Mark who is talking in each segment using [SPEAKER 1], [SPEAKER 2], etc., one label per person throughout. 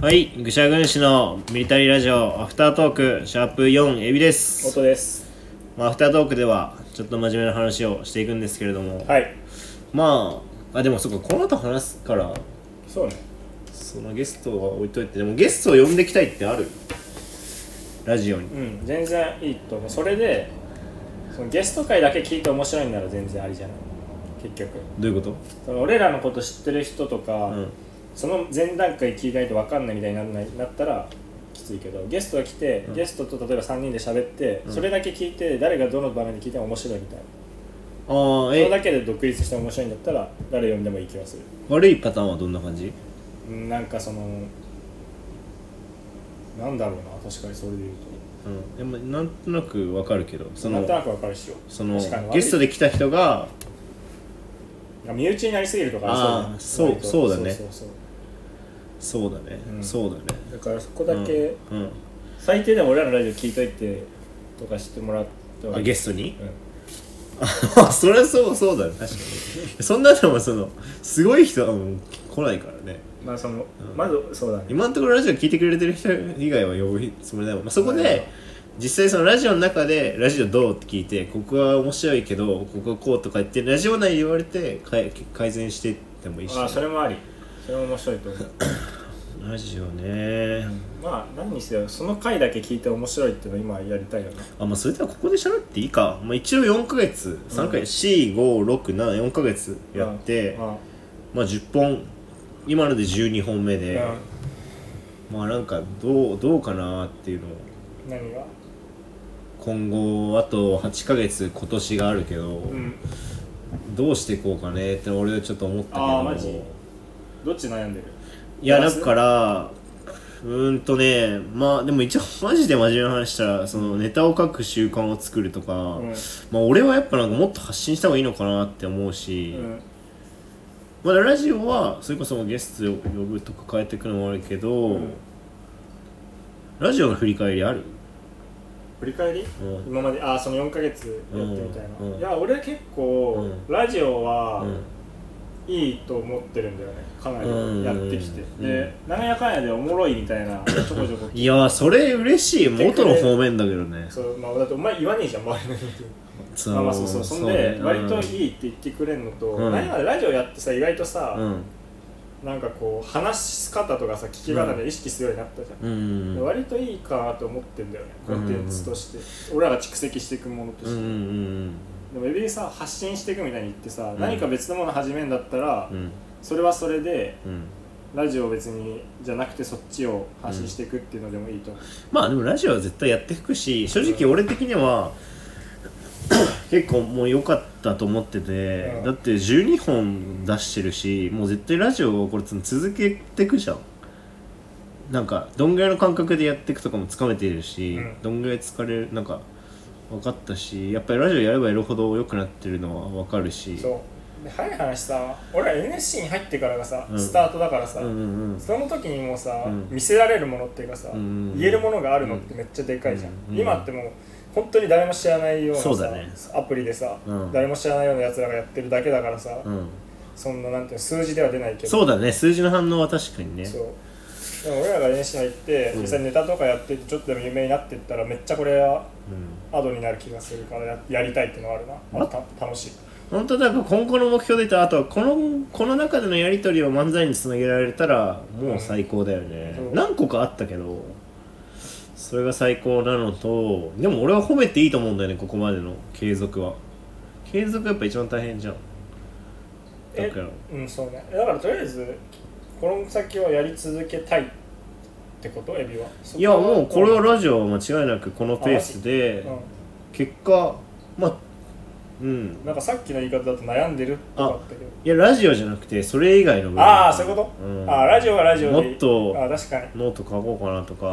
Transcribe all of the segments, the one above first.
[SPEAKER 1] はい、愚者軍師のミリタリーラジオアフタートークシャープ4エビです、
[SPEAKER 2] 音です
[SPEAKER 1] まあ、アフタートークではちょっと真面目な話をしていくんですけれども、
[SPEAKER 2] はい
[SPEAKER 1] まああでもそっかこの後話すから
[SPEAKER 2] そうね
[SPEAKER 1] そのゲストは置いといてでもゲストを呼んできたいってあるラジオに
[SPEAKER 2] うん全然いいと思うそれでそのゲスト会だけ聞いて面白いんなら全然ありじゃない結局
[SPEAKER 1] どういうこ
[SPEAKER 2] その俺らのこと知ってる人とか、
[SPEAKER 1] とうん
[SPEAKER 2] その前段階聞いないと分かんないみたいになんないなったらきついけどゲストが来て、
[SPEAKER 1] うん
[SPEAKER 2] ゲストと例えば3人で喋って、それだけ聞いて誰がどの場面で聞いても面白いみたい
[SPEAKER 1] あ
[SPEAKER 2] な
[SPEAKER 1] あ
[SPEAKER 2] それ
[SPEAKER 1] え
[SPEAKER 2] だけで独立して面白いんだったら誰呼んでもいい気がする
[SPEAKER 1] 悪いパターンはどんな感じ
[SPEAKER 2] うんなんかそのなんだろうな確かにそれで言う
[SPEAKER 1] うんでもなんとなくわかるけど
[SPEAKER 2] と
[SPEAKER 1] そ
[SPEAKER 2] なんとな
[SPEAKER 1] の
[SPEAKER 2] く分かるっしょ
[SPEAKER 1] その
[SPEAKER 2] 確かに悪い
[SPEAKER 1] ゲストで来た人が
[SPEAKER 2] 身内になりすぎるとか
[SPEAKER 1] あーそう
[SPEAKER 2] 割と
[SPEAKER 1] そうだね
[SPEAKER 2] そうそう
[SPEAKER 1] そうだね、
[SPEAKER 2] うん
[SPEAKER 1] そうだね
[SPEAKER 2] そうだからそこだけ、
[SPEAKER 1] うんうん
[SPEAKER 2] 最低でも俺らのラジオ聞いといてとかしてもらって
[SPEAKER 1] あゲストに
[SPEAKER 2] ト、うん
[SPEAKER 1] あそれはそうそうだね確かにそんなでもそのすごい人はもう来ないからね
[SPEAKER 2] まあそ
[SPEAKER 1] う
[SPEAKER 2] の、
[SPEAKER 1] ん
[SPEAKER 2] まずそうだね
[SPEAKER 1] 今のところラジオ聞いてくれてる人以外は呼ぶつもりないもん、まあ、そこ
[SPEAKER 2] は
[SPEAKER 1] で
[SPEAKER 2] い
[SPEAKER 1] 実際そのラジオの中で「ラジオどう?」って聞いて「ここは面白いけどここはこう」とか言ってラジオ内で言われてかい改善してってもいいし
[SPEAKER 2] あそれもありそれも面白い と思う
[SPEAKER 1] ラジオね
[SPEAKER 2] まあ何にせよその回だけ聞いて面白いっていうのを今やりたいよね
[SPEAKER 1] あまあそれではここで喋っていいか、まあ、一応4ヶ月3ヶ月、4567 4ヶ月やって、
[SPEAKER 2] うん
[SPEAKER 1] まあ10本今ので12本目で、
[SPEAKER 2] うん
[SPEAKER 1] まあなんかどうどうかなっていうのを
[SPEAKER 2] 何が
[SPEAKER 1] 今後あと8ヶ月今年があるけど、
[SPEAKER 2] うん
[SPEAKER 1] どうしていこうかねって俺はちょっと思ったけど
[SPEAKER 2] あーマジどっち悩んでる
[SPEAKER 1] いや
[SPEAKER 2] プラ
[SPEAKER 1] だ
[SPEAKER 2] ス
[SPEAKER 1] からうーんとねまあでも一応マジで真面目な話したらそのネタを書く習慣を作るとか、
[SPEAKER 2] うん、
[SPEAKER 1] まあ俺はやっぱなんかもっと発信した方がいいのかなって思うし、
[SPEAKER 2] うん、
[SPEAKER 1] まあラジオはそれこそゲストを呼ぶとか変えていくのもあるけど、
[SPEAKER 2] ん
[SPEAKER 1] ラジオの振り返りある、
[SPEAKER 2] 振り返り
[SPEAKER 1] うん
[SPEAKER 2] 今まであーその4ヶ月やってみたいな、
[SPEAKER 1] うんうん
[SPEAKER 2] いや俺結構、
[SPEAKER 1] う
[SPEAKER 2] ラジオ
[SPEAKER 1] う
[SPEAKER 2] は
[SPEAKER 1] ん
[SPEAKER 2] いいと思ってるんだよねかな
[SPEAKER 1] うん
[SPEAKER 2] りやってきて、
[SPEAKER 1] うん
[SPEAKER 2] でなんやかんやでおもろいみたいなちょこちょこ
[SPEAKER 1] いやーそれ嬉しい
[SPEAKER 2] てく
[SPEAKER 1] 元
[SPEAKER 2] れ
[SPEAKER 1] の方面だけどね
[SPEAKER 2] そう、まあ、だってお前言わねえじゃん周りの人に
[SPEAKER 1] そ
[SPEAKER 2] まあまあそうそうそんで、
[SPEAKER 1] ね
[SPEAKER 2] 割といいって言ってくれるのと、
[SPEAKER 1] うん
[SPEAKER 2] 何までラジオやってさ意外とさ、
[SPEAKER 1] うん
[SPEAKER 2] なんかこう話し方とかさ聞き方で意識するようになったじゃん、
[SPEAKER 1] うんうん
[SPEAKER 2] で割といいかなと思ってんだよねコンテンツとして、俺らが蓄積していくものと
[SPEAKER 1] う
[SPEAKER 2] して、
[SPEAKER 1] んうん
[SPEAKER 2] でもエビリさ発信していくみたいに言ってさ、
[SPEAKER 1] ん
[SPEAKER 2] 何か別のもの始めんだったら、
[SPEAKER 1] うんうん
[SPEAKER 2] それはそれで
[SPEAKER 1] うん
[SPEAKER 2] ラジオ別にじゃなくてそっちを発信していくっていうのでもいいと思う、
[SPEAKER 1] まあでもラジオは絶対やっていくし正直俺的には 結構もう良かったと思ってて、
[SPEAKER 2] うん
[SPEAKER 1] だって12本出してるしもう絶対ラジオをこれ続けていくじゃんなんかどんぐらいの感覚でやっていくとかもつかめているし、
[SPEAKER 2] うん
[SPEAKER 1] どんぐらい疲れるなんか分かったしやっぱりラジオやればやるほど良くなってるのは分かるし
[SPEAKER 2] そうで早い話さ俺ら NSC に入ってからがさ、
[SPEAKER 1] うん
[SPEAKER 2] スタートだからさ、
[SPEAKER 1] うんうんうん
[SPEAKER 2] その時にもうさ、
[SPEAKER 1] うん
[SPEAKER 2] 見せられるものっていうかさ、
[SPEAKER 1] うん
[SPEAKER 2] 言えるものがあるのってめっちゃでかいじゃん、
[SPEAKER 1] うん
[SPEAKER 2] 今ってもう本当に誰も知らないようなさ
[SPEAKER 1] そうだね
[SPEAKER 2] アプリでさ、
[SPEAKER 1] うん
[SPEAKER 2] 誰も知らないようなやつらがやってるだけだからさ、
[SPEAKER 1] うん
[SPEAKER 2] そんななんていうの数字では出ないけど
[SPEAKER 1] そうだね数字の反応は確かにね
[SPEAKER 2] そうでも俺らが練習入って
[SPEAKER 1] うん
[SPEAKER 2] 実際ネタとかやっててちょっとでも有名になってったらめっちゃこれは
[SPEAKER 1] うん
[SPEAKER 2] アドになる気がするからややりたいってのはあるなあた楽しい
[SPEAKER 1] 本当だから今後の目標で言ったらあとはこのこの中でのやり取りを漫才につなげられたらもう最高だよね、
[SPEAKER 2] うん
[SPEAKER 1] 何個かあったけどそれが最高なのとでも俺は褒めていいと思うんだよねここまでの継続は継続やっぱ一番大変じゃんだから
[SPEAKER 2] えうんそうねだからとりあえずこの先はやり続けたいってことエビはい
[SPEAKER 1] やもうこれは
[SPEAKER 2] ロ
[SPEAKER 1] ラジオは間違いなくこのペースで
[SPEAKER 2] う
[SPEAKER 1] 結果まあうん
[SPEAKER 2] ん、なんかさっきの言い方だと悩んでるとかあったけど
[SPEAKER 1] いやラジオじゃなくてそれ以外の部分
[SPEAKER 2] ああそういうこと、
[SPEAKER 1] うん
[SPEAKER 2] ああラジオはラジオでいい
[SPEAKER 1] もっと
[SPEAKER 2] ああ確かに
[SPEAKER 1] ノート書こうかなとか、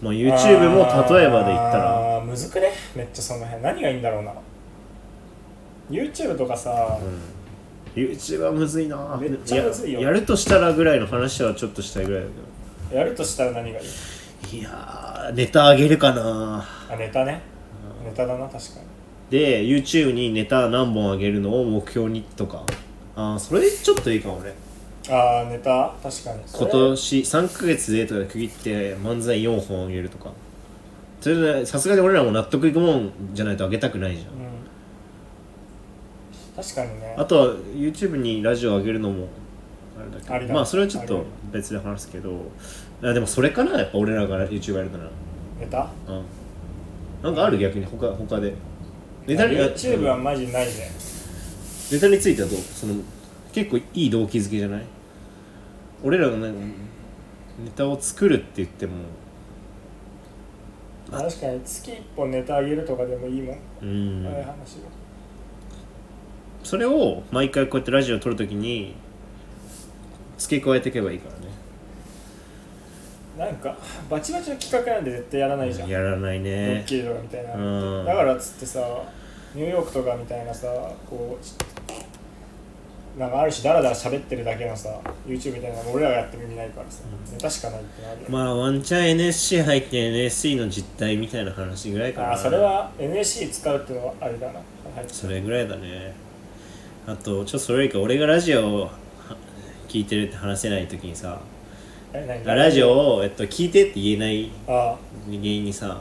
[SPEAKER 1] まあ、YouTube も例えばで言ったら、
[SPEAKER 2] あーむずくねめっちゃその辺何がいいんだろうな YouTube とかさ、
[SPEAKER 1] うん、YouTube はむずいな
[SPEAKER 2] めっちゃむずいよ
[SPEAKER 1] ややるとしたらぐらいの話はちょっとしたいぐらいだけ
[SPEAKER 2] やるとしたら何がいい
[SPEAKER 1] どいやーネタあげるかな
[SPEAKER 2] あネタねネタだな確か
[SPEAKER 1] で YouTube にネタ何本あげるのを目標にとかあーそれちょっといいかもね
[SPEAKER 2] ああネタ確かにそ
[SPEAKER 1] 今
[SPEAKER 2] れ
[SPEAKER 1] 年3ヶ月でとかで区切って漫才4本あげるとかそれでさすがに俺らも納得いくもんじゃないとあげたくないじゃん
[SPEAKER 2] うん確かにね
[SPEAKER 1] あとは YouTube にラジオ上げるのもあれだけど
[SPEAKER 2] ありだ
[SPEAKER 1] まあそれはちょっ
[SPEAKER 2] あ
[SPEAKER 1] と別で話すけどあでもそれかなやっぱ俺らが YouTube やるなら
[SPEAKER 2] ネタ
[SPEAKER 1] うんなんかある逆に他他でネタに
[SPEAKER 2] YouTube はマジないね
[SPEAKER 1] ネタについてはどうその結構いい動機づけじゃない俺らがなんかネタを作るって言っても
[SPEAKER 2] 確かに月1本ネタあげるとかでもいい
[SPEAKER 1] う
[SPEAKER 2] もん、ああいうん話は
[SPEAKER 1] それを毎回こうやってラジオを撮るときに付け加えていけばいいからね
[SPEAKER 2] なんかバチバチの企画なんで絶対やらないじゃん、
[SPEAKER 1] やらない
[SPEAKER 2] ドッ
[SPEAKER 1] ね
[SPEAKER 2] キリとかみたいな、
[SPEAKER 1] うん
[SPEAKER 2] だからっつってさニューヨークとかみたいなさこうちなんかある種ダラダラ喋ってるだけのさ YouTube みたいなの俺らがやってる意味ないからさ、ネタしかないってなるよ、
[SPEAKER 1] まあワンチャン NSC 入って NSC の実態みたいな話ぐらいか
[SPEAKER 2] あ
[SPEAKER 1] な
[SPEAKER 2] あそれは NSC 使うっていうのはあれだな、はい、
[SPEAKER 1] それぐらいだねあとちょっとそれよりか俺がラジオをは聞いてるって話せないときにさ
[SPEAKER 2] え何
[SPEAKER 1] ラジオを、えっと、聞いてって言えない
[SPEAKER 2] あ
[SPEAKER 1] 原因にさ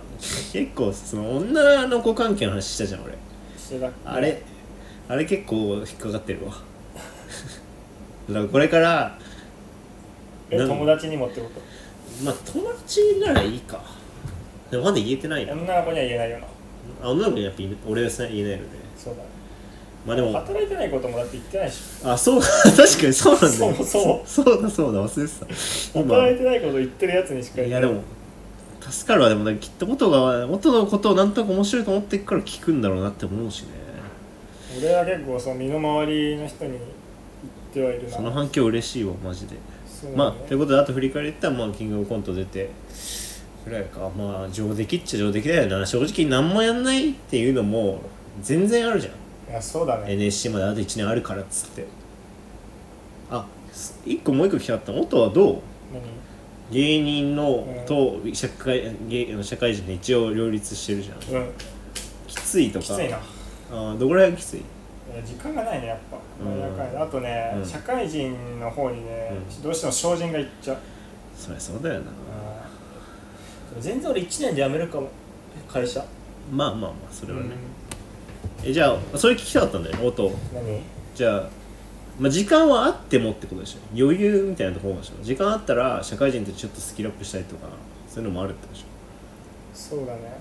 [SPEAKER 1] 結構その女の子関係の話したじゃん俺
[SPEAKER 2] あしてた
[SPEAKER 1] あれあれ結構引っかかってるわ だからこれから
[SPEAKER 2] え
[SPEAKER 1] なん
[SPEAKER 2] 友達にもってこ
[SPEAKER 1] まあ友達ならいいかでもまだ言えてない
[SPEAKER 2] と
[SPEAKER 1] な
[SPEAKER 2] 女の子には言えないよな
[SPEAKER 1] あ女の子にやっぱ言え俺はさ言えないので
[SPEAKER 2] そうだね
[SPEAKER 1] まあでも
[SPEAKER 2] 働いてないこともだって言ってないでし
[SPEAKER 1] あそう 確かにそうなんだよ
[SPEAKER 2] そうそう
[SPEAKER 1] そうだそうだ忘れてた
[SPEAKER 2] ょ
[SPEAKER 1] 今
[SPEAKER 2] 働いてないこと言ってるやつにしか
[SPEAKER 1] い
[SPEAKER 2] 言
[SPEAKER 1] や
[SPEAKER 2] え
[SPEAKER 1] で
[SPEAKER 2] ない
[SPEAKER 1] も助かるわでもねきっと元が元のことをなんとなく面白いと思っていくから聞くんだろうなって思うしね
[SPEAKER 2] 俺は結構その身の回りの人に言ってはいるな
[SPEAKER 1] その反響嬉しいわマジで、
[SPEAKER 2] そうだね
[SPEAKER 1] まあということであと振り返り言ったらまあキングオブコント出てぐらいかまあ上出来っちゃ上出来だよな正直何もやんないっていうのも全然あるじゃん
[SPEAKER 2] いやそうだね
[SPEAKER 1] NSC まであと1年あるからっつってあ一個もう一個聞きたかった音はどう芸人のと社会芸社会人で一応両立してるじゃん
[SPEAKER 2] 何うん
[SPEAKER 1] きついとか
[SPEAKER 2] きついな
[SPEAKER 1] あーどこら辺きつい
[SPEAKER 2] いや時間がないねやっぱ、
[SPEAKER 1] うん
[SPEAKER 2] なんやかんやあとね、
[SPEAKER 1] うん
[SPEAKER 2] 社会人の方にね、
[SPEAKER 1] う
[SPEAKER 2] どうしても精進がいっちゃう、
[SPEAKER 1] そりゃそうだよな
[SPEAKER 2] でも全然俺1年で辞めるかも会社
[SPEAKER 1] まあまあまあそれはね、えじゃあそれ聞きたかったんだよね音
[SPEAKER 2] 何
[SPEAKER 1] じゃあ、まあ、時間はあってもってことでしょ余裕みたいなところでしょ時間あったら社会人とちょっとスキルアップしたいとかそういうのもあるってことでしょ、
[SPEAKER 2] そうだね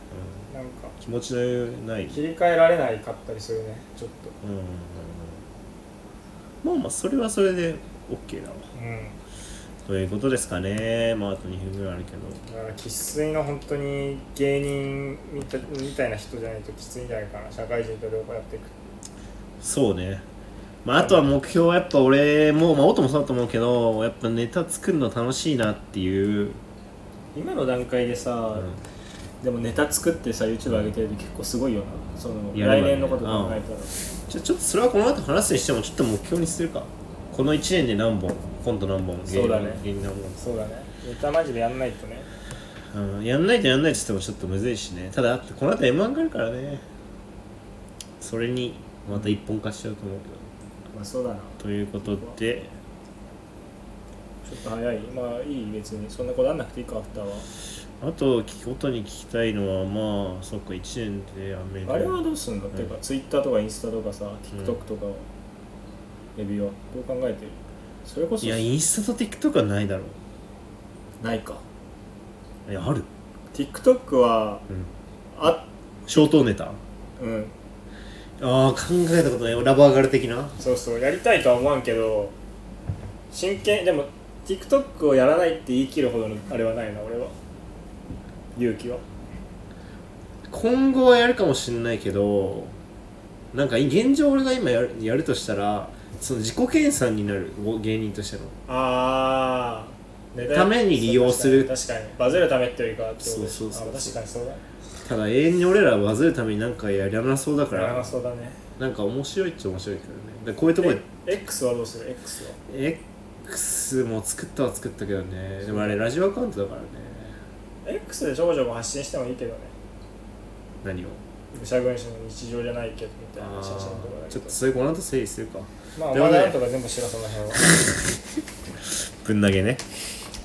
[SPEAKER 2] なんか
[SPEAKER 1] うん、気持ちの余裕ない
[SPEAKER 2] 切り替えられないかったりするねちょっと
[SPEAKER 1] うんまあまあそれはそれで OK だわ
[SPEAKER 2] うん
[SPEAKER 1] ということですかねまああと2分ぐらいあるけど
[SPEAKER 2] だから生粋の本当に芸人みたみたいな人じゃないときついんじゃないかな社会人と両方やっていく
[SPEAKER 1] そうねまああとは目標はやっぱ俺もまあ音もそうだと思うけどやっぱネタ作るの楽しいなっていう、
[SPEAKER 2] 今の段階で
[SPEAKER 1] う
[SPEAKER 2] さ、
[SPEAKER 1] ん
[SPEAKER 2] でもネタ作ってさ YouTube 上げてると結構すごいよなその
[SPEAKER 1] やればね
[SPEAKER 2] 来年のこと考えたら、
[SPEAKER 1] ちょちょっとそれはこの後話すにしてもちょっと目標にするかこの1年で何本コント何本芸
[SPEAKER 2] そうだね
[SPEAKER 1] 芸人何本
[SPEAKER 2] そうだねネタマジでやんないとね
[SPEAKER 1] うん、やんないとやんないとしてもちょっとむずいしねただこの後 m 1があるからねそれにまた一本化しちゃうと思うけど
[SPEAKER 2] まあそうだな
[SPEAKER 1] ということで
[SPEAKER 2] ちょっと早いまあいい別にそんなことあんなくていいかアフターは
[SPEAKER 1] あと聞音に聞きたいのはまあそっか1年でやめる
[SPEAKER 2] あれはどうすんの、っていうか Twitter とかインスタとかさ TikTok とかレビューはどう考えてるそれこそ
[SPEAKER 1] いやインスタと TikTok はないだろ
[SPEAKER 2] ないか
[SPEAKER 1] ういやある
[SPEAKER 2] TikTok は
[SPEAKER 1] うん
[SPEAKER 2] あ
[SPEAKER 1] 消灯ネタ
[SPEAKER 2] うん
[SPEAKER 1] ああ考えたことないラバーガル的な
[SPEAKER 2] そうそうやりたいとは思わんけど真剣でも TikTok をやらないって言い切るほどのあれはないな俺は勇気は
[SPEAKER 1] 今後はやるかもしれないけどなんか現状俺が今やるやるとしたらその自己研鑽になる芸人としての
[SPEAKER 2] ああ
[SPEAKER 1] ために利用する
[SPEAKER 2] 確かに確かにバズるためっていうよりかはってことで
[SPEAKER 1] そうそうそう
[SPEAKER 2] あ確かにそうだ
[SPEAKER 1] ただ永遠に俺らはバズるためになんかやらなそうだか
[SPEAKER 2] なる
[SPEAKER 1] ら
[SPEAKER 2] ほそうだね
[SPEAKER 1] なんか面白いっちゃ面白いけどねでこういうとこで
[SPEAKER 2] え X はどうする X は
[SPEAKER 1] X も作ったは作ったけどねでもあれラジオアカウントだからね
[SPEAKER 2] X で少女も発信してもいいけどね
[SPEAKER 1] 何を
[SPEAKER 2] 武者軍師の日常じゃないけどみたい
[SPEAKER 1] あ
[SPEAKER 2] な写真とかだ
[SPEAKER 1] ーち
[SPEAKER 2] け
[SPEAKER 1] ょっと
[SPEAKER 2] ど
[SPEAKER 1] それこの後整理するか
[SPEAKER 2] まあお
[SPEAKER 1] でも
[SPEAKER 2] 前
[SPEAKER 1] ね
[SPEAKER 2] なんとか全部しろその辺は
[SPEAKER 1] ぶん投げね